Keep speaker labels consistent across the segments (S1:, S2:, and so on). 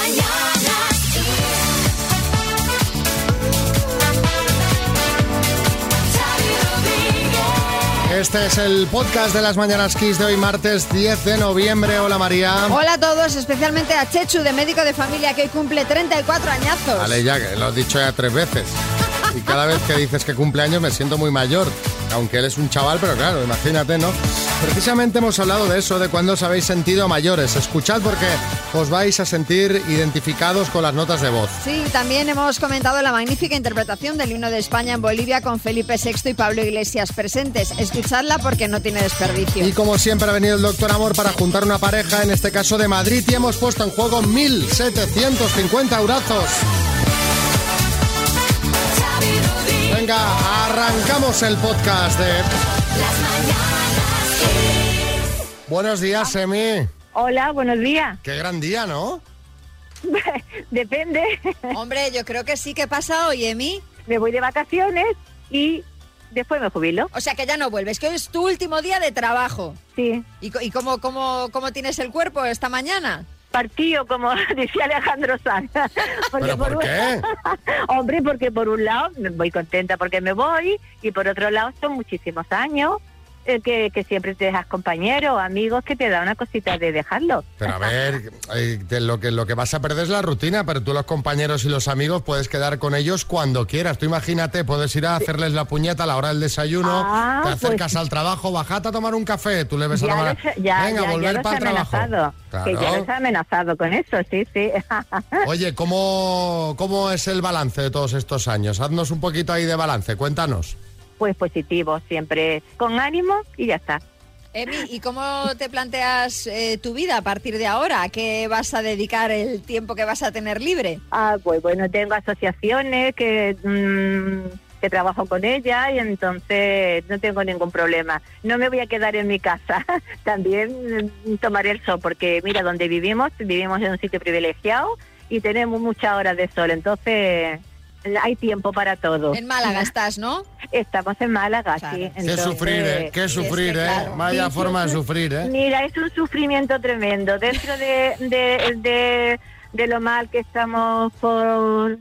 S1: Mañanas Kiss. Xavi Rodríguez.
S2: Este es el podcast de las Mañanas Kiss de hoy, martes 10 de noviembre. Hola María.
S3: Hola a todos, especialmente a Chechu de médico de familia que hoy cumple 34 añazos.
S2: Vale, ya, que lo has dicho ya tres veces. Y cada vez que dices que cumpleaños me siento muy mayor. Aunque eres un chaval, pero claro, imagínate, ¿no? Precisamente hemos hablado de eso, de cuando os habéis sentido mayores. Escuchad porque os vais a sentir identificados con las notas de voz.
S3: Sí, también hemos comentado la magnífica interpretación del himno de España en Bolivia con Felipe VI y Pablo Iglesias presentes. Escuchadla porque no tiene desperdicio.
S2: Y como siempre ha venido el doctor Amor para juntar una pareja, en este caso de Madrid, y hemos puesto en juego 1.750 eurazos.
S1: Xavi Rodríguez.
S2: Venga, arrancamos el podcast de...
S1: Las Mañanas Kiss.
S2: Buenos días, Semi.
S4: Hola, buenos días.
S2: Qué gran día, ¿no?
S4: Depende.
S3: Hombre, yo creo que sí que pasa hoy, Emi.
S4: Me voy de vacaciones y después me jubilo.
S3: O sea que ya no vuelves, que hoy es tu último día de trabajo.
S4: Sí.
S3: ¿Y, co- y cómo, cómo, cómo tienes el cuerpo esta mañana?
S4: Partido, como decía Alejandro Sanz. Porque
S2: ¿Pero por
S4: un-
S2: qué?
S4: Hombre, porque por un lado me voy contenta porque me voy y por otro lado son muchísimos años eh, que, que siempre te dejas compañeros, amigos, que te da una cosita de dejarlo.
S2: Pero a ver, eh, de lo, que, lo que vas a perder es la rutina, pero tú los compañeros y los amigos puedes quedar con ellos cuando quieras. Tú imagínate, puedes ir a hacerles la puñeta a la hora del desayuno,
S4: Ah,
S2: te
S4: pues-
S2: acercas al trabajo, bajate a tomar un café, tú le ves a
S4: Ya
S2: tomar...
S4: los- ya-
S2: Pues Venga,
S4: ya- ya
S2: volver
S4: los
S2: para
S4: he
S2: el trabajo.
S4: amenazado. Que ya
S2: Claro.
S4: los he amenazado con eso, sí, sí.
S2: Oye, ¿cómo, ¿cómo es el balance de todos estos años? Haznos un poquito ahí de balance, cuéntanos.
S4: pues positivo, siempre con ánimo y ya está.
S3: Emi, ¿y cómo te planteas eh, tu vida a partir de ahora? ¿A qué vas a dedicar el tiempo que vas a tener libre?
S4: Ah, pues bueno, tengo asociaciones que, mm, que trabajo con ella y entonces no tengo ningún problema. No me voy a quedar en mi casa. También mm, tomaré el sol porque mira donde vivimos, vivimos en un sitio privilegiado y tenemos muchas horas de sol. Entonces hay tiempo para todo.
S3: En Málaga estás, ¿no?
S4: Estamos en Málaga,
S3: Claro.
S4: sí.
S3: Qué
S2: Qué
S4: entonces-
S2: sufrir, ¿eh? Qué
S3: es que
S2: sufrir, ¿eh?
S3: claro.
S2: Vaya
S4: Sí,
S2: forma de
S4: sí, sí.
S2: sufrir, ¿eh?
S4: Mira, es un sufrimiento tremendo. Dentro de, de, de, de lo mal que estamos por,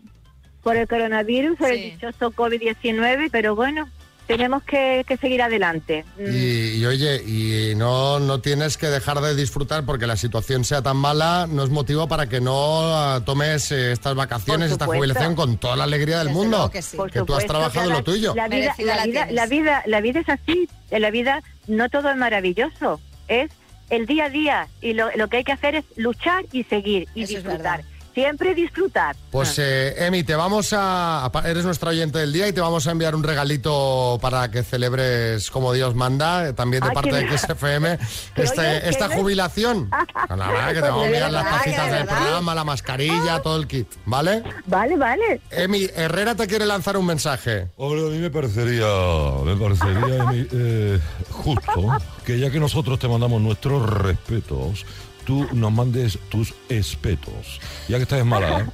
S4: por el coronavirus, por el
S3: Sí.
S4: dichoso COVID-19, pero bueno, tenemos que, que seguir adelante. Mm,
S2: Y, y oye, y no, no tienes que dejar de disfrutar porque la situación sea tan mala, no es motivo para que no ah, tomes eh, estas vacaciones,
S4: Por
S2: esta
S4: supuesto.
S2: jubilación con toda la alegría del
S3: Desde
S2: mundo.
S3: luego que sí.
S4: por
S2: que tú has
S4: supuesto,
S2: trabajado
S4: la-
S2: lo tuyo.
S4: La vida,
S3: Merecida
S4: la,
S3: la
S4: vida,
S3: tienes.
S4: la, vida, la vida es así. En la vida no todo es maravilloso. Es el día a día. Y lo, lo que hay que hacer es luchar y seguir y
S3: Eso es
S4: disfrutar.
S3: verdad.
S4: Siempre disfrutar.
S2: Pues eh, Emi, te vamos a, a- eres nuestra oyente del día y te vamos a enviar un regalito para que celebres como Dios manda, eh, también de
S4: Ay,
S2: parte
S4: qué
S2: de
S4: bien.
S2: XFM,
S4: Que oye,
S2: este,
S4: que
S2: esta
S4: no-
S2: jubilación. Con la verdad que te
S4: Pues
S2: vamos a
S4: de Ah.
S2: enviar las
S3: verdad, que de
S2: tacitas del
S3: verdad.
S2: programa, la mascarilla, todo el kit, ¿vale?
S4: Vale, vale.
S2: Emi, Herrera te quiere lanzar un mensaje.
S5: Hombre, Oh, a mí me parecería, me parecería Emi, eh, justo que ya que nosotros te mandamos nuestros respetos, tú nos mandes tus espetos. Ya que estás en Málaga.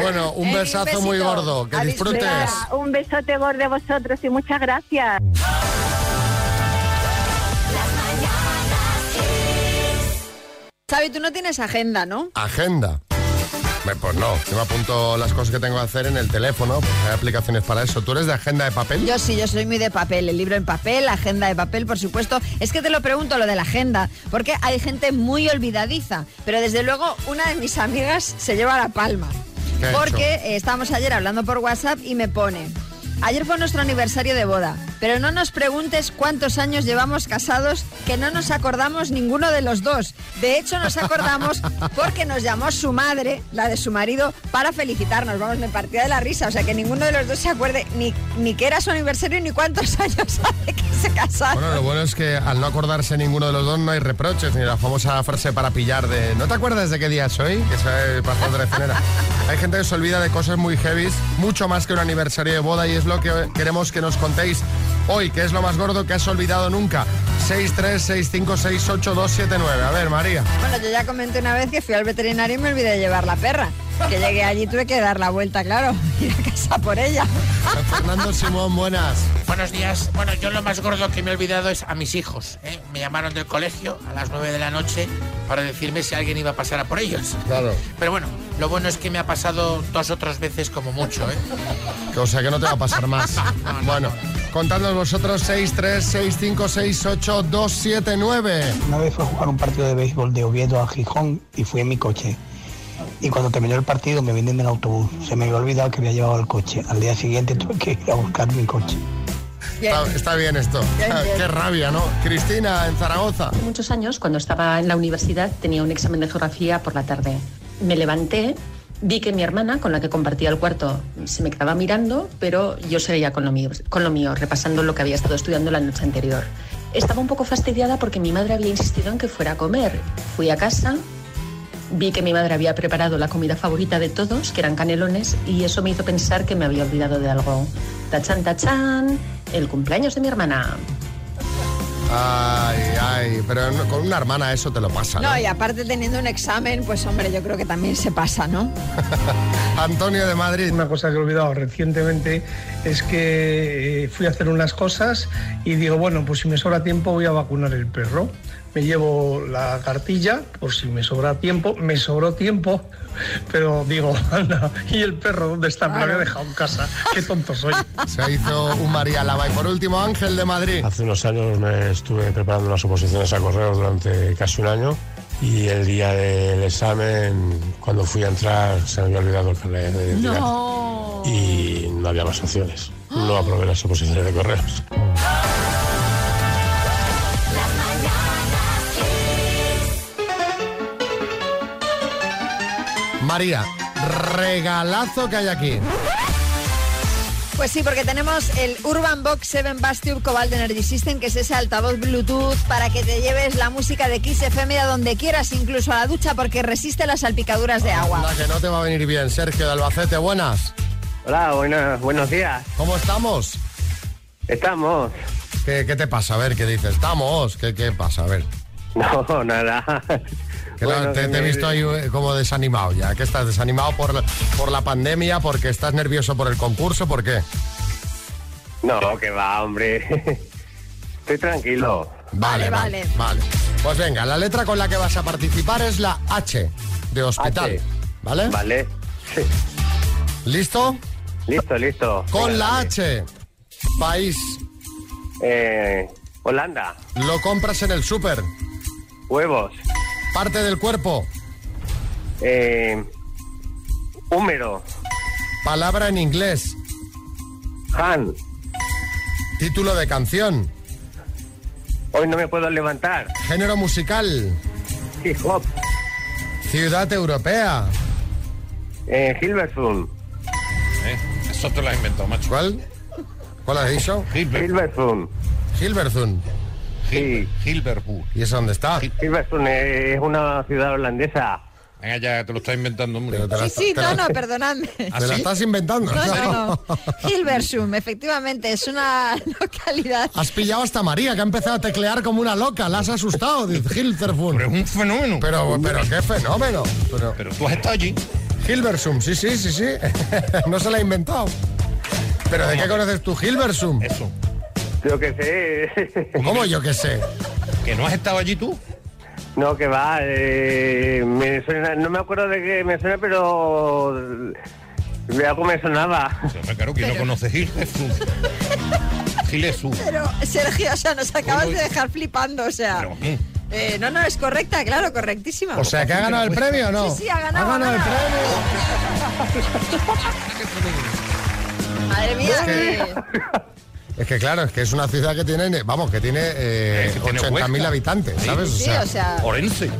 S2: Bueno,
S3: Ey,
S2: un
S3: Eh, un
S2: besazo muy
S3: besito.
S2: gordo. Que
S3: A
S2: disfrutes.
S3: disfrutar.
S4: Venga, Un besote gordo a vosotros y muchas gracias.
S1: Las Mañanas Kiss.
S3: Xavi, tú no tienes agenda, ¿no?
S2: Agenda. Me- Pues no, yo me apunto las cosas que tengo que hacer en el teléfono. pues hay aplicaciones para eso. ¿Tú eres de agenda de papel?
S3: Yo sí, yo soy muy de papel, el libro en papel, la agenda de papel, por supuesto. Es que te lo pregunto lo de la agenda, porque hay gente muy olvidadiza, pero desde luego una de mis amigas se lleva la palma.
S2: ¿Qué ha
S3: Porque eh, estábamos ayer hablando por WhatsApp y me pone, ayer fue nuestro aniversario de boda, pero no nos preguntes cuántos años llevamos casados, que no nos acordamos ninguno de los dos. De hecho, nos acordamos porque nos llamó su madre, la de su marido, para felicitarnos. Vamos, me partía de la risa, o sea que ninguno de los dos se acuerde ni, ni que era su aniversario ni cuántos años hace que se casaron.
S2: Bueno, lo bueno es que al no acordarse ninguno de los dos no hay reproches, ni la famosa frase para pillar de ¿no te acuerdas de qué día soy? Que se pasó de recenera. Hay gente que se olvida de cosas muy heavies, mucho más que un aniversario de boda y es lo que queremos que nos contéis hoy, que es lo más gordo que has olvidado nunca. 636568279. A ver, María.
S3: Bueno, yo ya comenté una vez que fui al veterinario y me olvidé de llevar la perra. Que llegué allí tuve que dar la vuelta, claro, ir a casa por ella.
S2: Fernando Simón, buenas.
S6: Buenos días. Bueno, yo lo más gordo que me he olvidado es a mis hijos. ¿eh? Me llamaron del colegio a las 9 de la noche para decirme si alguien iba a pasar a por ellos.
S2: Claro.
S6: Pero bueno, lo bueno es que me ha pasado dos o tres veces como mucho. ¿eh?
S2: Que, O sea que no te va a pasar más. Bueno, contadnos vosotros 6, 3, 6, 5, 6, 8, 2, 7, 9.
S7: Una vez fui a jugar un partido de béisbol de Oviedo a Gijón y fui en mi coche. Y cuando terminó el partido me vine en el autobús. Se me había olvidado que había llevado el coche. Al día siguiente tuve que ir a buscar mi coche.
S3: Bien.
S2: Está, está bien esto. Ah,
S3: Bien, bien.
S2: Qué rabia, ¿no? Cristina, en Zaragoza.
S8: muchos años, cuando estaba en la universidad, tenía un examen de geografía por la tarde. Me levanté, vi que mi hermana, con la que compartía el cuarto, se me quedaba mirando, pero yo seguía con lo mío, con lo mío repasando lo que había estado estudiando la noche anterior. Estaba un poco fastidiada porque mi madre había insistido en que fuera a comer. Fui a casa, vi que mi madre había preparado la comida favorita de todos, que eran canelones, y eso me hizo pensar que me había olvidado de algo. Tachan, tachan, el cumpleaños de mi hermana.
S2: Ay, ay, pero no- con una hermana eso te lo pasa. ¿no?
S3: No, y aparte teniendo un examen, pues hombre, yo creo que también se pasa, ¿no?
S2: Antonio de Madrid.
S9: Una cosa que he olvidado recientemente es que eh, fui a hacer unas cosas y digo, bueno, pues si me sobra tiempo voy a vacunar el perro. Me llevo la cartilla por si me sobra tiempo. Me sobró tiempo, pero digo, anda, ¿y el perro dónde está? Me lo había dejado en casa. Qué tonto soy.
S2: Se hizo un María Lava. Y por último, Ángel de Madrid.
S10: Hace unos años me estuve preparando unas oposiciones a correos durante casi un año y el día del examen, cuando fui a entrar, se me había olvidado el carnet de identidad y no había más opciones. No aprobé las oposiciones de correos.
S1: Las mañanas Kiss.
S2: María, regalazo que hay aquí.
S3: Pues sí, porque tenemos el Urban Box 7 Bass Tube Cobalt Energy System, que es ese altavoz Bluetooth para que te lleves la música de Kiss FM a donde quieras, incluso a la ducha, porque resiste las salpicaduras de agua.
S2: La que no te va a venir bien, Sergio de Albacete, buenas.
S7: Hola, buenos días.
S2: ¿Cómo estamos?
S7: Estamos.
S2: ¿Qué, qué te pasa? A ver, ¿qué dices? Estamos. ¿Qué, qué pasa? A ver.
S7: No, nada.
S2: Que la- te, te he visto ahí eh, como desanimado ya. ¿Qué estás desanimado por la, por la pandemia? ¿Porque estás nervioso por el concurso? ¿Por qué?
S7: No, que va, hombre. Estoy tranquilo.
S3: Vale,
S2: Vale. Pues venga, la letra con la que vas a participar es la H de hospital.
S7: H.
S2: ¿Vale?
S7: Vale.
S2: ¿Listo?
S7: Listo, listo.
S2: Con la H. País.
S7: Eh, Holanda,
S2: Lo compras en el súper.
S7: huevos,
S2: Parte del cuerpo.
S7: Eh, húmero,
S2: Palabra en inglés.
S7: Han.
S2: Título de canción.
S7: Hoy no me puedo levantar.
S2: Género musical.
S7: Hip hop.
S2: Ciudad europea.
S7: Eh, Hilversum.
S5: ¿Eh? Eso te lo has inventado, macho.
S2: ¿Cuál? ¿Cuál has dicho?
S5: Hilbert,
S7: Hilversum.
S2: Hilversum.
S7: Sí.
S5: Hilberbu.
S2: ¿Y eso dónde está?
S7: Hilversum es una ciudad holandesa.
S5: Venga, ya te lo estás inventando, hombre.
S2: Pero te la
S3: Sí,
S2: esta-
S3: sí,
S2: te
S3: no, Ah,
S2: la-
S3: no, perdonadme.
S2: ¿Te la estás inventando?
S3: No, no, no. Hilversum, efectivamente, es una localidad.
S2: Has pillado hasta María, que ha empezado a teclear como una loca. La has asustado, dice Hilversum.
S5: Pero es un fenómeno.
S2: Pero, pero qué fenómeno. Pero,
S5: Pero tú has estado allí.
S2: Hilversum, sí, sí, sí, sí. no se la ha inventado. ¿Pero de qué conoces tú Hilversum?
S3: Eh,
S5: Eso.
S7: Yo que sé.
S2: ¿Cómo yo qué sé?
S5: Que no has estado allí tú.
S7: no, que va. eh, me suena- no me acuerdo de qué me suena, pero. De algo me sonaba.
S5: O sea, hombre, claro que no conoces Hilberbu. Gilesu.
S3: Pero, Sergio, o sea, nos acabas de
S5: Bueno,
S3: dejar flipando, o sea.
S5: Pero, ¿eh?
S3: Eh, no, no, es correcta, claro, correctísima.
S2: O sea, ¿que ha ganado el premio o no?
S3: eh, Sí, sí, ha ganado,
S2: Ha ganado
S3: ha
S2: el
S3: ganado.
S2: premio.
S3: Madre mía, eh, que-
S2: Es que claro, es que es una ciudad que tiene, vamos, que tiene eh,
S5: Eh, que tiene
S2: 80.000
S5: Huesca.
S2: habitantes, ¿sabes?
S3: sí, o sea.
S5: Orense.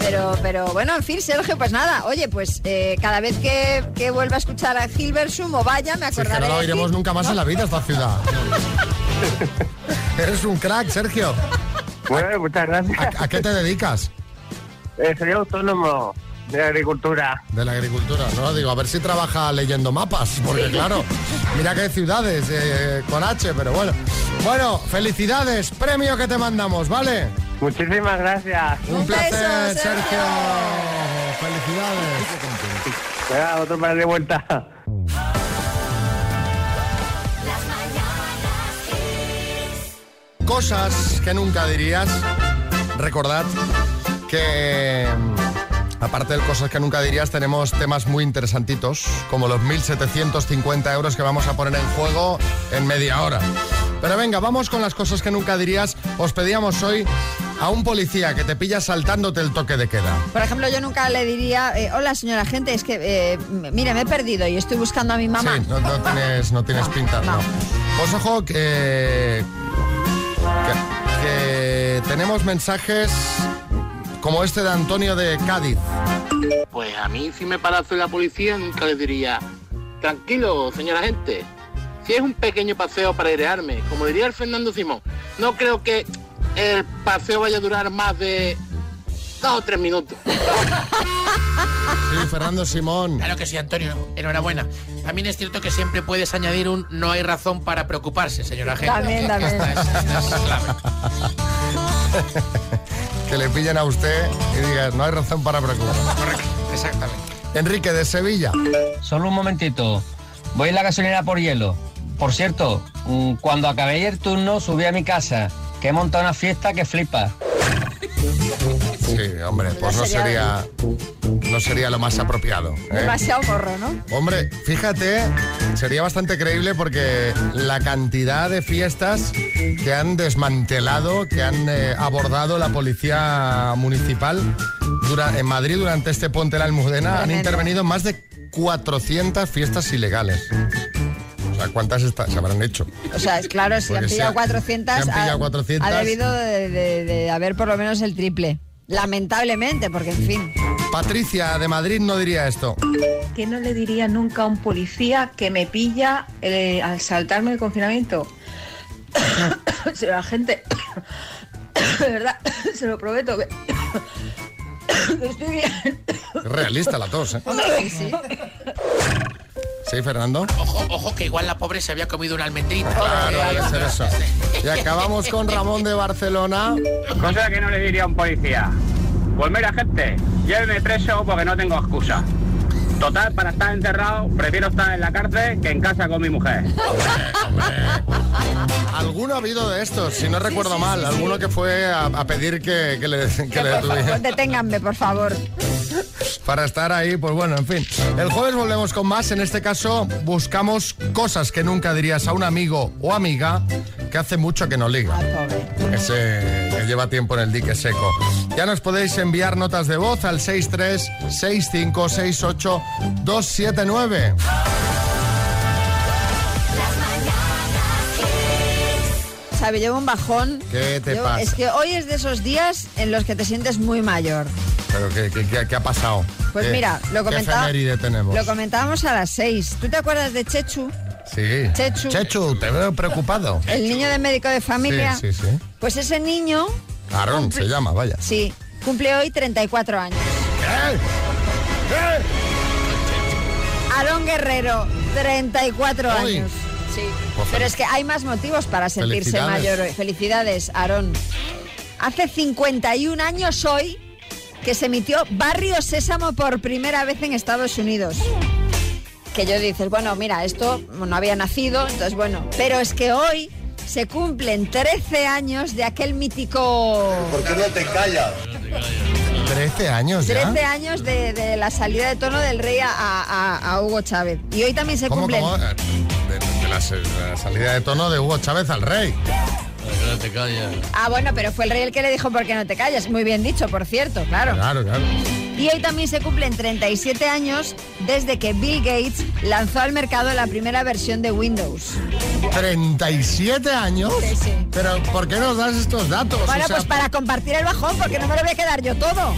S3: Pero, pero bueno, en fin, Sergio, pues nada. Oye, pues eh, cada vez que, que vuelva a escuchar a Gilbersum o vaya, me
S2: si es
S3: acordaré.
S2: que no
S3: de
S2: lo
S3: ti.
S2: iremos nunca más en la vida a esta ciudad. Eres un crack, Sergio.
S7: Bueno, muchas gracias.
S2: ¿A, a qué te dedicas?
S7: Eh, soy autónomo de agricultura.
S2: De la agricultura, ¿no? Digo, a ver si trabaja leyendo mapas, porque claro, mira qué ciudades, eh, con H, pero bueno. Bueno, felicidades, premio que te mandamos, ¿vale?
S7: Muchísimas gracias.
S2: Un,
S3: Un beso,
S2: placer,
S3: Sergio.
S2: Sergio. Felicidades.
S7: Venga, otro para de vuelta.
S1: Las mañanas kiss.
S2: Cosas que nunca dirías. Recordad que mm, aparte de cosas que nunca dirías, tenemos temas muy interesantitos, como los 1.750 euros que vamos a poner en juego en media hora. Pero venga, vamos con las cosas que nunca dirías. Os pedíamos hoy a un policía que te pilla saltándote el toque de queda.
S3: Por ejemplo, yo nunca le diría, eh, hola señora gente, es que, eh, m- mire, me he perdido y estoy buscando a mi mamá.
S2: Sí, no, no tienes, no tienes pinta, no.
S3: no.
S2: Pues ojo que, que- que tenemos mensajes como este de Antonio de Cádiz.
S11: Pues a mí si me parase la policía nunca le diría, tranquilo, señora gente, si es un pequeño paseo para airearme, como diría el Fernando Simón, no creo que el paseo vaya a durar más de dos o tres minutos.
S2: Sí, Fernando Simón.
S6: Claro que sí, Antonio. Enhorabuena. También es cierto que siempre puedes añadir un no hay razón para preocuparse, señora gente.
S3: También, también.
S6: Esta es- esta es clave.
S2: Que le pillen a usted y digas, no hay razón para preocuparse.
S6: Correcto. Exactamente.
S2: Enrique de Sevilla.
S12: Solo un momentito. Voy a la gasolinera por hielo. Por cierto, mm, cuando acabé el turno subí a mi casa, que he montado una fiesta que flipa.
S2: Sí, hombre, pues no sería, no sería lo más apropiado. ¿eh?
S3: Demasiado morro, ¿no?
S2: Hombre, fíjate, sería bastante creíble porque la cantidad de fiestas que han desmantelado, que han eh, abordado la policía municipal dura- en Madrid durante este Ponte la Almudena han
S3: Tremendo.
S2: intervenido más de 400 fiestas ilegales. O sea, ¿cuántas esta- se habrán hecho?
S3: O sea, es claro, si han
S2: Porque
S3: pillado
S2: si ha-
S3: 400,
S2: si han pillado
S3: ha-
S2: 400.
S3: ha debido de, de- de haber por lo menos el triple. Lamentablemente, porque en fin.
S2: Patricia de Madrid no diría esto.
S8: ¿Qué no le diría nunca a un policía que me pilla eh, al saltarme el confinamiento? Se la gente, de verdad, se lo prometo que, que estoy bien.
S2: Realista la tos, ¿eh?
S3: Sí, sí.
S2: Sí, Fernando.
S6: Ojo, ojo, que igual la pobre se había comido una almendrita.
S2: Claro,
S6: Eh,
S2: hay que hacer eso. Y acabamos con Ramón de Barcelona.
S11: Cosa que no le diría a un policía. Pues mira gente, lléveme preso porque no tengo excusa. Total, para estar encerrado, prefiero estar en la cárcel que en casa con mi mujer.
S2: Alguno ha habido de estos, si no recuerdo mal. alguno que fue a, a pedir que, que le, que le
S3: Por favor,
S2: detuvieran
S3: deténganme, por favor.
S2: para estar ahí. Pues bueno, en fin. El jueves volvemos con más. En este caso, buscamos cosas que nunca dirías a un amigo o amiga que hace mucho que no liga.
S7: eh,
S2: Ese que lleva tiempo en el dique seco. Ya nos podéis enviar notas de voz al
S1: Las
S2: 636568279.
S1: mañanas kiss.
S3: Sabe, llevo un bajón.
S2: ¿Qué te
S3: Llevo-
S2: pasa?
S3: Es que hoy es de esos días en los que te sientes muy mayor.
S2: Pero ¿qué, qué- qué- qué ha pasado?
S3: Pues
S2: ¿Qué-
S3: mira, lo
S2: ¿Qué
S3: comentaba-
S2: efeméride tenemos?
S3: Lo comentábamos a las seis. ¿Tú te acuerdas de Chechu?
S2: Sí.
S3: Chechu.
S2: Chechu, te veo preocupado.
S3: El niño de médico de familia.
S2: Sí, sí, sí.
S3: Pues ese niño,
S2: Aarón se llama, vaya.
S3: sí, cumple hoy 34 años.
S2: ¿Qué? ¿Qué?
S3: Aarón Guerrero, 34
S2: Hoy.
S3: años. Sí.
S2: Pues
S3: Pero
S2: fel-
S3: es que hay más motivos para sentirse
S2: Felicidades.
S3: mayor hoy. Felicidades, Aarón. Hace 51 años hoy que se emitió Barrio Sésamo por primera vez en Estados Unidos. Que yo dices, bueno, mira, esto no había nacido, entonces bueno. Pero es que hoy se cumplen 13 años de aquel mítico...
S2: 13 años ya.
S3: 13 años de, de la salida de tono del rey a, a- a Hugo Chávez. Y hoy también se
S2: ¿Cómo,
S3: cumplen...
S2: cómo? De, de la, se- de la salida de tono de Hugo Chávez al rey.
S3: Ah, bueno, pero fue el rey el que le dijo por qué no te callas. Muy bien dicho, por cierto, claro.
S2: Claro, claro.
S3: Y hoy también se cumplen 37 años desde que Bill Gates lanzó al mercado la primera versión de Windows.
S13: Pues
S2: 37 años.
S3: Sí, sí.
S2: Pero ¿por qué nos das estos datos?
S3: Bueno,
S2: O sea,
S3: pues para compartir el bajón, porque no me lo voy a quedar yo todo.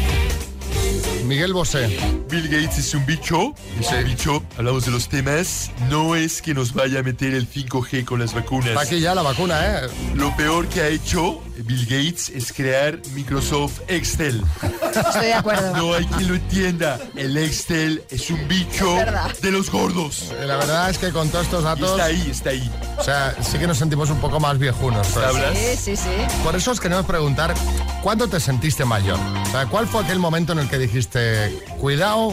S2: Miguel Bosé.
S13: Bill Gates es un bicho, es un bicho. Hablamos de los temas. No es que nos vaya a meter el 5G con las vacunas.
S2: Está aquí ya la vacuna, ¿eh?
S13: Lo peor que ha hecho Bill Gates es crear Microsoft Excel.
S3: Estoy de acuerdo.
S13: No hay quien lo entienda. El Excel es un bicho
S3: Es verdad.
S13: de los gordos.
S2: La verdad es que con todos estos datos...
S13: Está ahí, está ahí.
S2: O sea, sí que nos sentimos un poco más viejunos. pues.
S3: Sí, sí, sí.
S2: Por eso os queremos preguntar, ¿cuándo te sentiste mayor? O sea, ¿cuál fue aquel momento en el que dijiste, cuidado,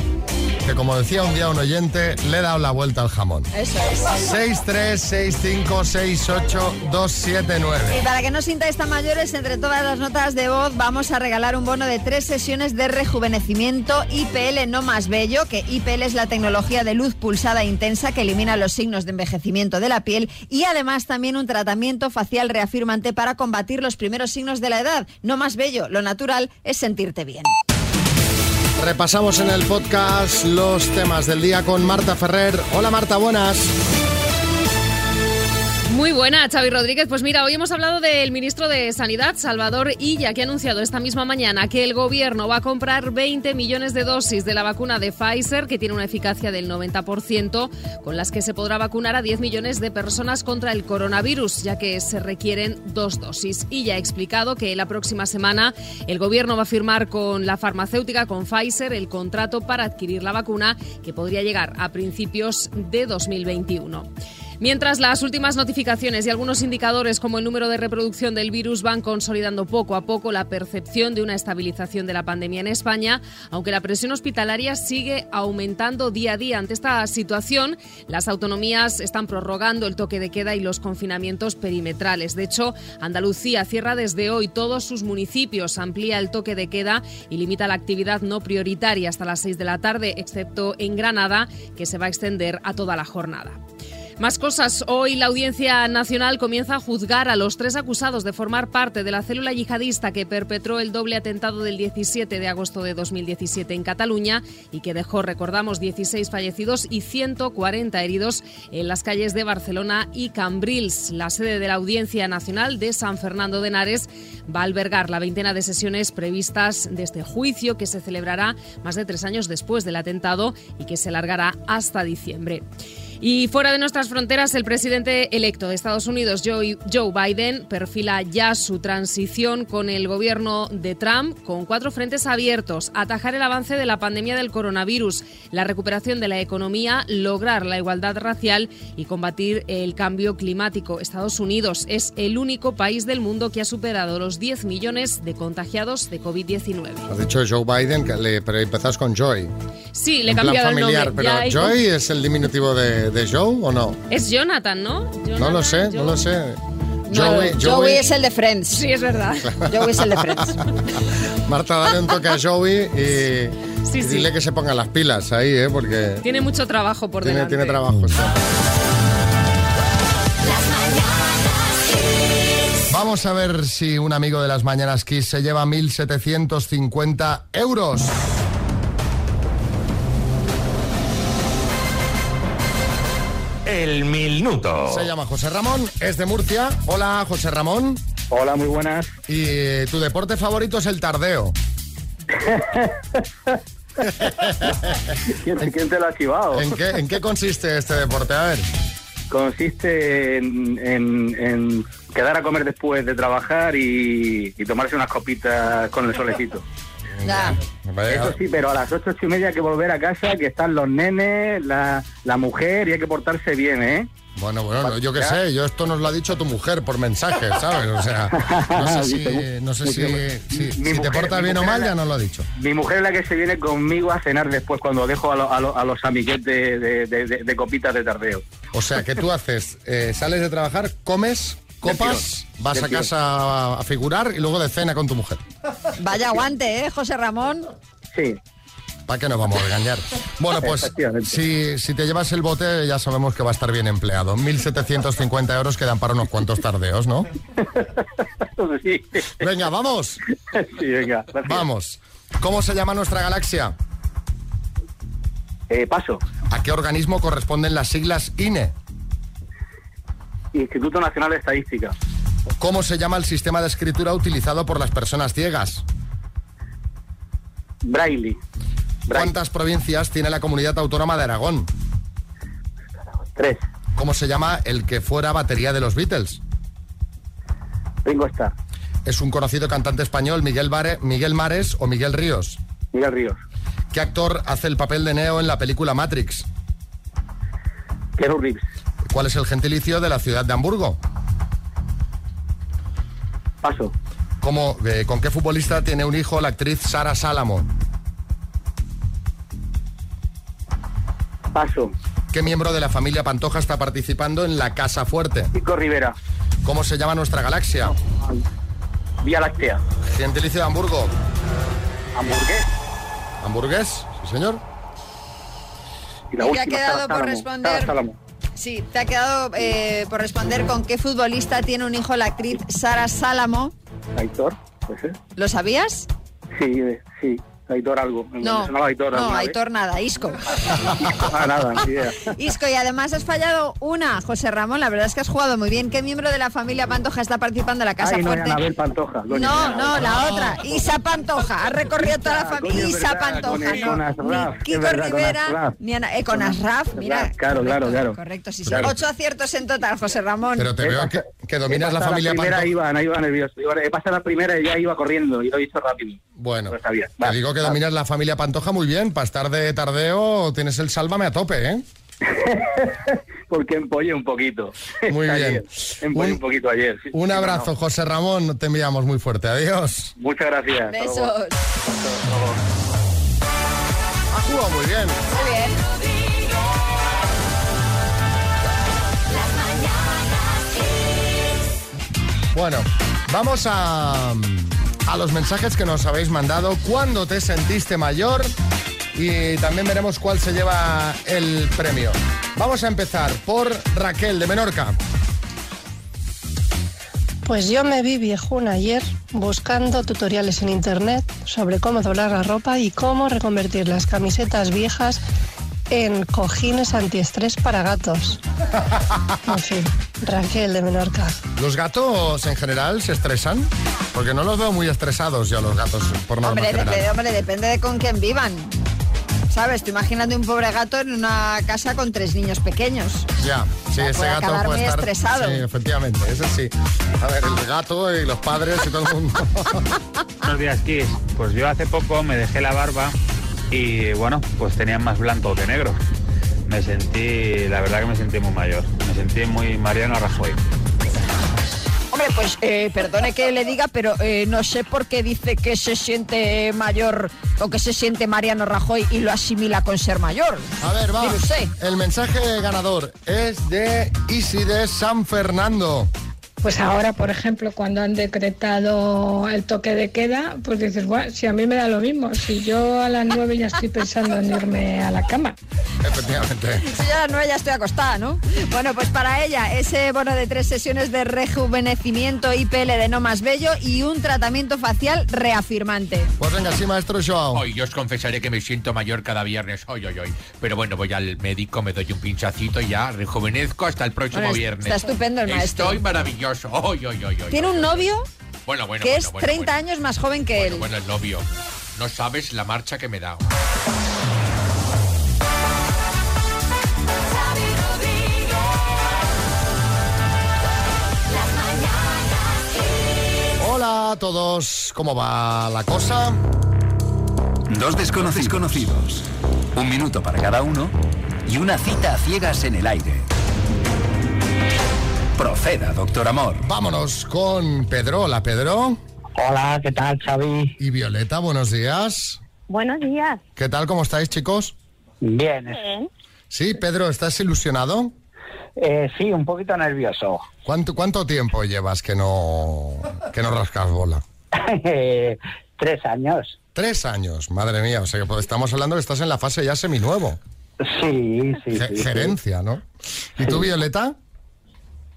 S2: que como decía un día un oyente, le he dado la vuelta al jamón?
S3: Eso es.
S2: 636568279.
S3: Y para que no os sintáis tan mayores, entre todas las notas de voz vamos a regalar un bono de tres sesiones de rejuvenecimiento IPL no más bello, que IPL es la tecnología de luz pulsada intensa que elimina los signos de envejecimiento de la piel y además también un tratamiento facial reafirmante para combatir los primeros signos de la edad. No más bello, lo natural es sentirte bien.
S2: Repasamos en el podcast los temas del día con Marta Ferrer. Hola Marta, buenas.
S14: Muy buena, Xavi Rodríguez. Pues mira, hoy hemos hablado del ministro de Sanidad, Salvador Illa, que ha anunciado esta misma mañana que el gobierno va a comprar 20 millones de dosis de la vacuna de Pfizer, que tiene una eficacia del 90%, con las que se podrá vacunar a 10 millones de personas contra el coronavirus, ya que se requieren dos dosis. Illa ha explicado que la próxima semana el gobierno va a firmar con la farmacéutica, con Pfizer, el contrato para adquirir la vacuna, que podría llegar a principios de 2021. Mientras las últimas notificaciones y algunos indicadores como el número de reproducción del virus van consolidando poco a poco la percepción de una estabilización de la pandemia en España, aunque la presión hospitalaria sigue aumentando día a día. Ante esta situación, las autonomías están prorrogando el toque de queda y los confinamientos perimetrales. De hecho, Andalucía cierra desde hoy todos sus municipios, amplía el toque de queda y limita la actividad no prioritaria hasta las 6 de la tarde, excepto en Granada, que se va a extender a toda la jornada. Más cosas. Hoy la Audiencia Nacional comienza a juzgar a los tres acusados de formar parte de la célula yihadista que perpetró el doble atentado del 17 de agosto de 2017 en Cataluña y que dejó, recordamos, 16 fallecidos y 140 heridos en las calles de Barcelona y Cambrils. La sede de la Audiencia Nacional de San Fernando de Henares va a albergar la veintena de sesiones previstas de este juicio que se celebrará más de tres años después del atentado y que se alargará hasta diciembre. Y fuera de nuestras fronteras, el presidente electo de Estados Unidos, Joe, Joe Biden, perfila ya su transición con el gobierno de Trump con cuatro frentes abiertos, atajar el avance de la pandemia del coronavirus, la recuperación de la economía, lograr la igualdad racial y combatir el cambio climático. Estados Unidos es el único país del mundo que ha superado los 10 millones de contagiados de COVID-19.
S2: Has dicho Joe Biden, que le- pero empezás con Joy.
S14: Sí, le he
S2: en plan
S14: cambiado el
S2: familiar,
S14: nombre. Ya
S2: pero
S14: hay-
S2: Joy es el diminutivo de, de Joe o no?
S14: Es Jonathan, ¿no?
S2: No lo sé, no lo sé.
S3: Joey, es el de Friends. Sí,
S14: es verdad.
S3: Joey es el de Friends.
S2: Marta, dale un toque a Joey y,
S14: Sí,
S2: y
S14: sí.
S2: dile que se ponga las pilas ahí, ¿eh? porque
S14: Tiene mucho trabajo por
S2: tiene,
S14: delante.
S2: tiene trabajo. sí. Vamos a ver si un amigo de las Mañanas Kiss se lleva 1.750 euros.
S15: El minuto.
S2: Se llama José Ramón, es de Murcia. Hola, José Ramón.
S15: Hola, muy buenas.
S2: Y eh, tu deporte favorito es el tardeo.
S15: ¿Quién, quién te lo ha chivado?
S2: ¿En qué, en qué consiste este deporte? A ver.
S15: Consiste en, en- en quedar a comer después de trabajar y, y tomarse unas copitas con el solecito. Eso sí, pero a las ocho, ocho y media hay que volver a casa, que están los nenes, la, la mujer y hay que portarse bien, ¿eh?
S2: Bueno, bueno, no, yo qué sé, yo esto nos lo ha dicho tu mujer por mensaje, ¿sabes? O sea, no sé si, no sé si, si- si te portas bien o mal, ya nos lo ha dicho.
S15: Mi mujer es la que se viene conmigo a cenar después cuando dejo a, lo- a lo- a los amiguetes de, de- de- de- de copitas de tardeo.
S2: O sea, que tú haces, eh, sales de trabajar, comes, copas,
S15: tirón,
S2: vas
S15: del
S2: a
S15: tirón.
S2: casa a, a figurar y luego de cena con tu mujer.
S3: Vaya aguante, ¿eh, José Ramón?
S15: Sí.
S2: ¿Para qué nos vamos a engañar? Bueno, pues si, si te llevas el bote ya sabemos que va a estar bien empleado. 1.750 euros quedan para unos cuantos tardeos, ¿no? Venga, vamos.
S15: Sí, venga.
S2: Vamos. ¿Cómo se llama nuestra galaxia?
S15: Eh, paso.
S2: ¿A qué organismo corresponden las siglas E? INE?
S15: Instituto Nacional de Estadística.
S2: ¿Cómo se llama el sistema de escritura utilizado por las personas ciegas?
S15: Braille.
S2: ¿Cuántas provincias tiene la comunidad autónoma de Aragón?
S15: Tres.
S2: ¿Cómo se llama el que fuera batería de los Beatles?
S15: Ringo Starr.
S2: es un conocido cantante español, Miguel, Bare- Miguel Mares o Miguel Ríos.
S15: Miguel Ríos.
S2: ¿Qué actor hace el papel de Neo en la película Matrix?
S15: Keanu Reeves.
S2: ¿Cuál es el gentilicio de la ciudad de Hamburgo?
S15: Paso.
S2: ¿Cómo, eh, ¿Con qué futbolista tiene un hijo la actriz Sara Salamo?
S15: Paso.
S2: ¿Qué miembro de la familia Pantoja está participando en La Casa Fuerte?
S15: Pico Rivera.
S2: ¿Cómo se llama nuestra galaxia?
S15: Vía Láctea.
S2: Gentilicio de Hamburgo.
S15: Hamburgués.
S2: ¿Hamburgués? Sí, señor.
S15: Y
S3: la Y te ha última, quedado Sara por Salamo. responder. Sara Salamo. Sí, te ha quedado eh, por responder con qué futbolista tiene un hijo la actriz Sara Salamo.
S15: Aitor, puede ser.
S3: ¿Lo sabías?
S15: Sí, eh, sí. Aitor algo. Me
S3: No,
S15: sonaba Aitor
S3: no,
S15: alguna vez.
S3: Aitor nada, Isco.
S15: Ah, nada, ni idea.
S3: Isco, y además has fallado una, José Ramón, la verdad es que has jugado muy bien. ¿Qué miembro de la familia Pantoja está participando en la Casa
S15: Ay, no,
S3: Fuerte?
S15: Anabel Pantoja.
S3: No,
S15: doña
S3: no,
S15: Anabel. Ah,
S3: la otra, Isa Pantoja. Ha recorrido toda la
S15: coño,
S3: familia.
S15: es
S3: Isa
S15: verdad, con-
S3: Pantoja,
S15: con
S3: no.
S15: Asraf,
S3: Ni
S15: es
S3: Kiko
S15: verdad, con
S3: Rivera,
S15: Asraf.
S3: ni Ana- eh, con Asraf, mira.
S15: Claro, claro, claro.
S3: Correcto, sí, sí.
S15: Claro.
S3: Ocho aciertos en total, José Ramón.
S2: Pero te veo que, que dominas la
S15: Hasta
S2: familia
S15: la primera
S2: Pantoja.
S15: iba, no iba nervioso. Iba, he pasado la primera y ya iba corriendo y lo he visto rápido.
S2: Bueno,
S15: Lo sabía.
S2: te digo que
S15: Ah,
S2: dominas la familia Pantoja muy bien. Para estar de tardeo tienes el sálvame a tope, ¿eh?
S15: Porque empollé un poquito.
S2: Muy
S15: Ayer.
S2: bien.
S15: Empollé
S2: Un-
S15: un, poquito ayer. Sí,
S2: Un
S15: sí,
S2: abrazo,
S15: no,
S2: José Ramón. Te enviamos muy fuerte. Adiós.
S15: no. Muchas gracias. Hasta luego.
S3: Besos.
S2: Ha jugado muy bien.
S3: Muy bien.
S2: Bueno, vamos a, a los mensajes que nos habéis mandado. ¿Cuándo te sentiste mayor? Y también veremos cuál se lleva el premio. Vamos a empezar por Raquel de Menorca.
S16: Pues yo me vi viejuna ayer buscando tutoriales en internet sobre cómo doblar la ropa y cómo reconvertir las camisetas viejas en cojines antiestrés para gatos. En fin, Raquel de Menorca.
S2: ¿Los gatos en general se estresan? Porque no los veo muy estresados yo, los gatos, por norma
S3: Hombre,
S2: general.
S3: depende, hombre, depende de con quién vivan. ¿Sabes? Tú imagínate un pobre gato en una casa con tres niños pequeños.
S2: Ya, sí,
S3: sea,
S2: ese
S3: puede
S2: gato
S3: acabar
S2: puede
S3: muy
S2: estar...
S3: estresado.
S2: Sí, efectivamente, eso sí. A ver, el gato y los padres y todo el mundo.
S17: Buenos días, Kiss. Pues yo hace poco me dejé la barba y bueno, pues tenía más blanco que negro. Me sentí, la verdad que me sentí muy mayor. Me sentí muy Mariano Rajoy.
S3: Hombre, pues eh, perdone que le diga, pero eh, no sé por qué dice que se siente mayor o que se siente Mariano Rajoy y lo asimila con ser mayor.
S2: A ver, va.
S3: Mire usted.
S2: El mensaje ganador es de Isi de San Fernando.
S18: Pues ahora, por ejemplo, cuando han decretado el toque de queda, pues dices, bueno, si a mí me da lo mismo, si yo a las nueve ya estoy pensando en irme a la cama.
S2: Efectivamente.
S3: Si yo a las nueve ya estoy acostada, ¿no? Bueno, pues para ella, ese bono de tres sesiones de rejuvenecimiento IPL de no más bello y un tratamiento facial reafirmante.
S2: Pues venga, sí, maestro
S3: Oh.
S2: Joao.
S19: Hoy yo os confesaré que me siento mayor cada viernes. Hoy, hoy, hoy. Pero bueno, voy al médico, me doy un pinchacito y ya rejuvenezco hasta el próximo
S3: Bueno, es-
S19: viernes.
S3: está estupendo el maestro.
S19: Estoy maravilloso. Hoy, hoy, hoy, hoy.
S3: Tiene un novio
S19: Bueno, bueno,
S3: que
S19: bueno,
S3: es
S19: bueno,
S3: 30 años más joven que él.
S19: bueno, el novio. No sabes la marcha que me da.
S2: Hola a todos, ¿cómo va la cosa?
S20: Dos desconocidos conocidos. Un minuto para cada uno y una cita a ciegas en el aire. Proceda, doctor Amor.
S2: Vámonos con Pedro. Hola, Pedro.
S21: Hola, ¿qué tal, Xavi?
S2: Y Violeta, buenos días.
S22: Buenos días.
S2: ¿Qué tal, cómo estáis, chicos?
S21: Bien.
S2: Sí, Pedro, ¿estás ilusionado?
S21: Eh, sí, un poquito nervioso.
S2: ¿Cuánto, cuánto tiempo llevas que no, que no rascas bola?
S21: Eh, Tres años.
S2: Tres años, madre mía. O sea, que pues, estamos hablando que estás en la fase ya seminuevo.
S21: Sí, sí.
S2: Ge-
S21: sí, sí.
S2: gerencia, ¿no? ¿Y tú, Violeta?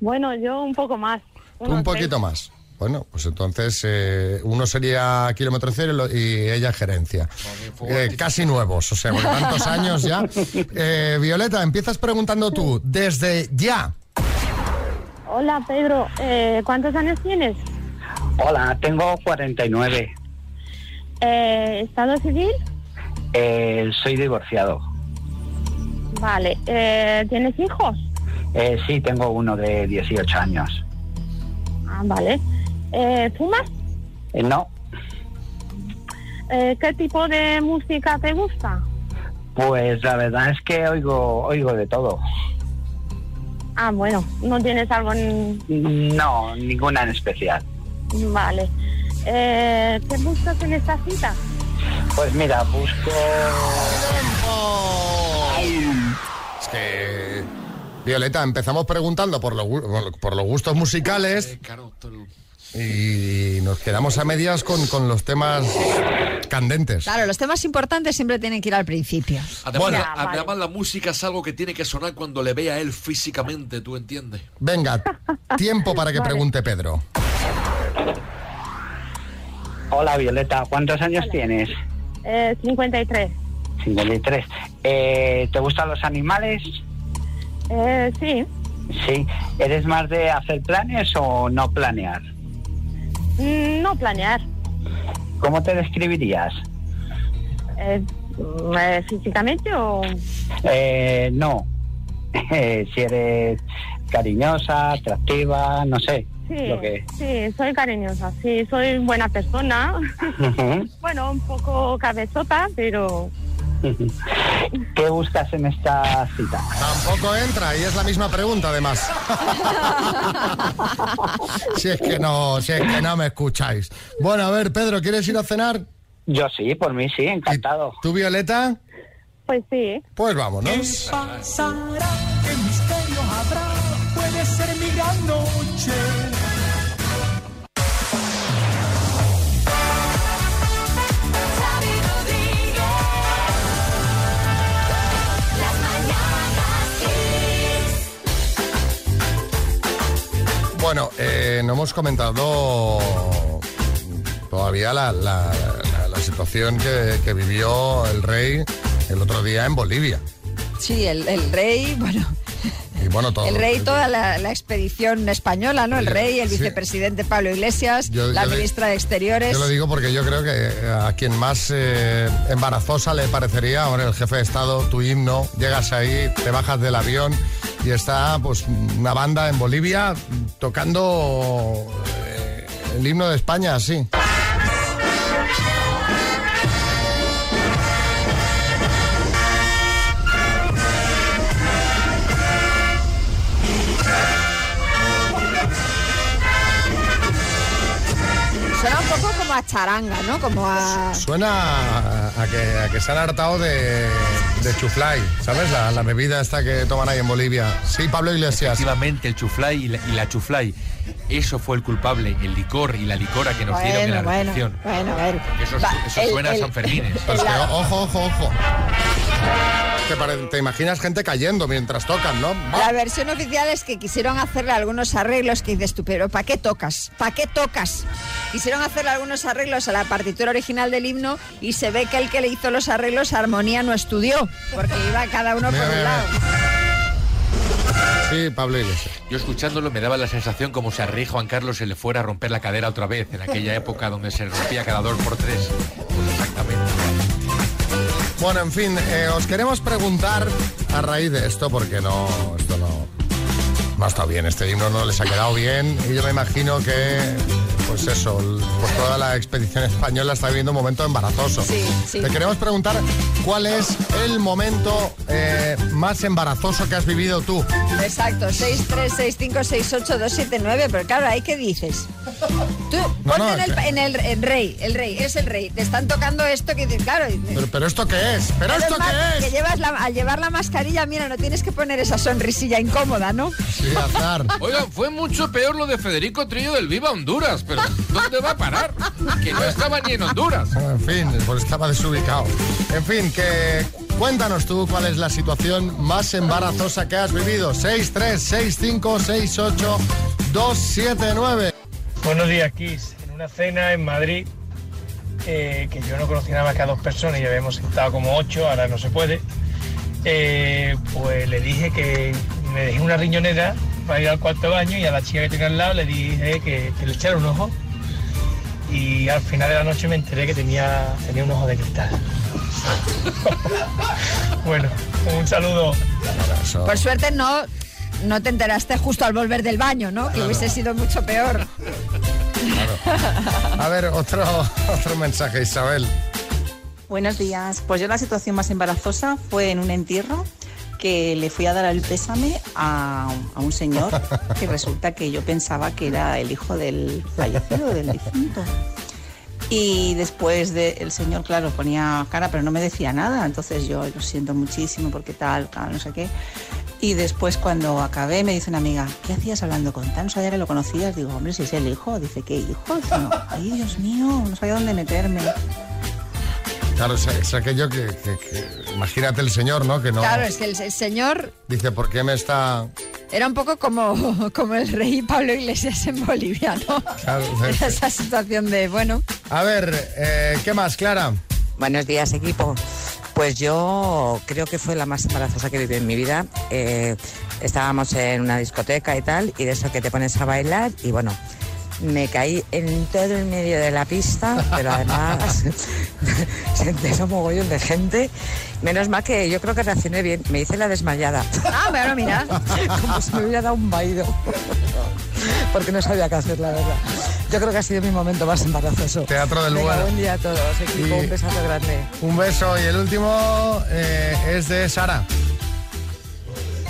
S22: Bueno, yo un poco más.
S2: Tú un poquito más. Bueno, pues entonces eh, uno sería kilómetro cero y lo- y ella gerencia. Eh, casi nuevos, o sea, con tantos años ya. Eh, Violeta, empiezas preguntando tú, desde ya.
S22: Hola, Pedro. Eh, ¿Cuántos años tienes?
S21: Hola, tengo 49.
S22: Eh, ¿Estado civil?
S21: Eh, soy divorciado.
S22: Vale. Eh, ¿Tienes hijos?
S21: Eh, sí, tengo uno de 18 años.
S22: Ah, vale. Eh, ¿Fumas?
S21: Eh, no,
S22: Eh, ¿Qué tipo de música te gusta?
S21: pues la verdad es que oigo, oigo de todo.
S22: Ah, bueno, no tienes algo en...
S21: Mm, No, ninguna en especial.
S22: Vale. Eh, ¿Qué buscas en esta cita?
S21: Pues mira, busco...
S2: Es que. Violeta, empezamos preguntando por, los gu- por los gustos musicales. Y nos quedamos a medias con, con los temas candentes.
S3: Claro, los temas importantes siempre tienen que ir al principio.
S4: Además, la, además, la música es algo que tiene que sonar cuando le vea a él físicamente, ¿tú entiendes?
S2: Venga, tiempo para que pregunte Pedro.
S21: Hola Violeta, ¿cuántos años tienes?
S22: Eh, 53.
S21: 53. Eh, ¿Te gustan los animales?
S22: Eh, sí.
S21: Sí. ¿Eres más de hacer planes o no planear?
S22: Mm, No planear.
S21: ¿Cómo te describirías?
S22: Eh, mm, eh, ¿Físicamente o...?
S21: Eh, no. Eh, si eres cariñosa, atractiva, no sé.
S22: Sí,
S21: Lo que...
S22: sí, soy cariñosa, sí, soy buena persona.
S21: Ujú.
S22: bueno, un poco cabezota, pero...
S21: ¿Qué buscas en esta cita?
S2: Tampoco entra, y es la misma pregunta además. Si es que no, si es que no me escucháis. Bueno, a ver, Pedro, ¿quieres ir a cenar?
S21: Yo sí, por mí sí, encantado.
S2: ¿Tú, Violeta?
S22: Pues sí.
S2: Pues vámonos.
S1: pasará? ¿Qué misterio habrá? Puede ser mi gran noche. Xavi Rodríguez. Las mañanas Kiss.
S2: Bueno, eh, no hemos comentado todavía la, la- la- la situación que, que vivió el rey el otro día en Bolivia.
S3: Sí, el, el rey, bueno,
S2: Y bueno, todo.
S3: el rey, toda la, la expedición española, ¿no? El
S2: Yo-
S3: rey, el
S2: sí.
S3: vicepresidente Pablo Iglesias,
S2: Yo-
S3: la
S2: yo le-
S3: ministra de Exteriores.
S2: Yo lo digo porque yo creo que a quien más eh, embarazosa le parecería, ahora el jefe de Estado, tu himno, llegas ahí, te bajas del avión y está pues una banda en Bolivia tocando eh, el himno de España así.
S3: Suena un poco como a charanga, ¿no? Como a...
S2: Suena a, a que, a que se han hartado de, de chuflay, ¿sabes? La, la bebida esta que toman ahí en Bolivia. Sí, Pablo Iglesias.
S19: Efectivamente, el chuflay y la, y la chuflay. Eso fue el culpable, el licor y la licora que nos dieron en la
S3: Bueno, bueno,
S19: recepción.
S3: bueno, a ver.
S19: Eso,
S3: Va,
S19: eso
S3: el-
S19: suena
S3: el-
S19: a San Fermín.
S2: Pero es que, o- ojo, ojo, ojo. Te, pare- te imaginas gente cayendo mientras tocan, ¿no?
S3: La versión oficial es que quisieron hacerle algunos arreglos que dices tú, pero ¿para qué tocas? ¿Para qué tocas? Quisieron hacerle algunos arreglos a la partitura original del himno y se ve que el que le hizo los arreglos armonía no estudió, porque iba cada uno por un lado.
S2: Sí, Pablo Iglesias.
S19: Yo escuchándolo me daba la sensación como si a Rey Juan Carlos se le fuera a romper la cadera otra vez, en aquella época donde se rompía cada dos por tres. Pues
S2: Bueno, en fin, eh, os queremos preguntar a raíz de esto, porque no, esto no, no ha estado bien. Este himno no les ha quedado bien y yo me imagino que, pues eso, el- pues toda la expedición española está viviendo un momento embarazoso.
S1: Sí, sí.
S2: Te queremos preguntar cuál es el momento eh, más embarazoso que has vivido tú.
S3: Exacto, 636568279, pero claro, ahí que dices. Tú, ponte
S2: no,
S3: en, el,
S2: que-
S3: en el en rey, el rey, es el rey. Te están tocando esto que dices, claro. y-
S2: Pero, pero esto qué es? Pero esto
S3: más
S2: qué es?
S3: Que llevas la- al llevar la mascarilla, mira, no tienes que poner esa sonrisilla incómoda, ¿no?
S2: Sí, azar.
S4: Oigan, fue mucho peor lo de Federico Trillo del Viva Honduras, pero ¿dónde va a parar? Que no estaba ni en Honduras.
S2: En fin, pues estaba desubicado. En fin, que cuéntanos tú cuál es la situación más embarazosa que has vivido. 6, 3, 6, 5, 6, 8, 2, 7, 9.
S9: Buenos días, Kiss. En una cena en Madrid, eh, que yo no conocía nada más que a dos personas y habíamos sentado como ocho, ahora no se puede, eh, pues le dije que me dejé una riñonera para ir al cuarto baño y a la chica que tenía al lado le dije que, que le echara un ojo y al final de la noche me enteré que tenía, tenía un ojo de cristal. bueno, un saludo.
S3: Por suerte no, no te enteraste justo al volver del baño, ¿no? Que
S9: Claro.
S3: hubiese sido mucho peor.
S2: A ver, otro, otro mensaje, Isabel.
S5: Buenos días. Pues yo la situación más embarazosa fue en un entierro que le fui a dar el pésame a, a un señor que resulta que yo pensaba que era el hijo del fallecido, del difunto. Y después de, el señor, claro, ponía cara, pero no me decía nada. Entonces yo lo siento muchísimo porque tal, tal, no sé qué. Y después cuando acabé me dice una amiga, ¿qué hacías hablando con tal? No sabía que lo conocías. Digo, hombre, si es el hijo. Dice, ¿qué hijo? Dice, no. Ay, Dios mío, no sabía dónde meterme.
S2: Claro, es, es aquello que, que- que- Imagínate el señor, ¿no? Que no...
S3: Claro, es que el, el señor
S2: Dice, ¿por qué me está...?
S3: era un poco como, como el rey Pablo Iglesias en Bolivia, ¿no?
S2: Claro, es-
S3: Era esa situación de, bueno,
S2: A ver, eh, ¿qué más, Clara?
S10: Buenos días, equipo. Pues yo creo que fue la más embarazosa que viví en mi vida. Eh, estábamos en una discoteca y tal, y de eso que te pones a bailar, y bueno, me caí en todo el medio de la pista, pero además se enteró un mogollón de gente. Menos mal que yo creo que reaccioné bien, me hice la desmayada.
S3: ah, bueno, mira.
S10: Como si me hubiera dado un baído. Porque no sabía qué hacer, la verdad. Yo creo que ha sido mi momento más embarazoso.
S2: Teatro del
S10: Venga,
S2: Lugar.
S10: buen día a todos, equipo.
S2: Y-
S10: Un besazo grande.
S2: Un beso y el último eh, es de Sara.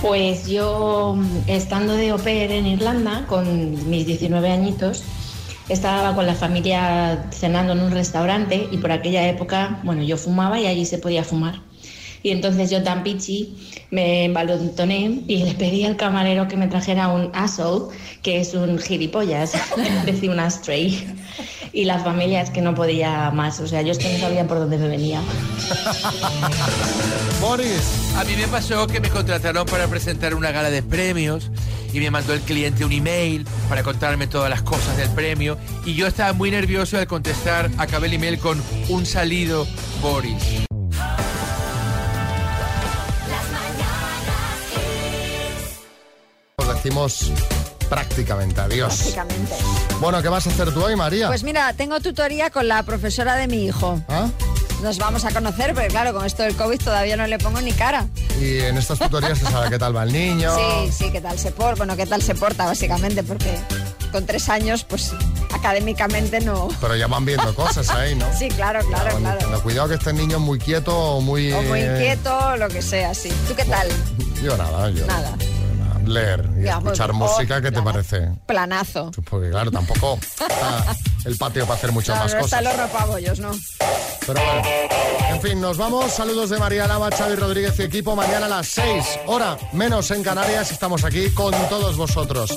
S23: Pues yo, mm, estando de au pair en Irlanda, con mis 19 añitos, estaba con la familia cenando en un restaurante y por aquella época, bueno, yo fumaba y allí se podía fumar. Y entonces yo tan pichi me embalontoné y le pedí al camarero que me trajera un asshole, que es un gilipollas, es decir, un ashtray. Y la familia es que no podía más, o sea, yo es que no sabía por dónde me venía.
S2: Boris.
S19: A mí me pasó que me contrataron para presentar una gala de premios y me mandó el cliente un email para contarme todas las cosas del premio y yo estaba muy nervioso al contestar, acabé el email con un salido Boris.
S2: Os decimos prácticamente adiós.
S3: Prácticamente.
S2: Bueno, ¿qué vas a hacer tú hoy, María?
S3: Pues mira, tengo tutoría con la profesora de mi hijo.
S2: ¿Ah?
S3: Nos vamos a conocer, porque claro, con esto del COVID todavía no le pongo ni cara.
S2: Y en estas tutorías se sabe qué tal va el niño.
S3: Sí, sí, qué tal se porta, bueno, qué tal se porta básicamente, porque con tres años, pues académicamente no.
S2: Pero ya van viendo cosas ahí, ¿no?
S3: Sí, claro, claro,
S2: Van
S3: claro.
S2: diciendo, Cuidado que este niño es muy quieto o muy...
S3: O muy
S2: eh,
S3: inquieto, o lo que sea, sí. ¿Tú qué tal?
S2: Yo nada, yo
S3: Nada.
S2: nada. Leer y
S3: Ya, oh, muy
S2: escuchar
S3: bien.
S2: música, ¿qué te parece? Pues
S3: Planazo.
S2: Porque claro, tampoco está el patio para hacer muchas
S3: No,
S2: más
S3: no
S2: cosas.
S3: están los ropabollos, ¿no?
S2: Pero bueno, en fin, nos vamos. Saludos de María Lava, Xavi Rodríguez y equipo. Mañana a las 6, hora menos en Canarias, estamos aquí con todos vosotros.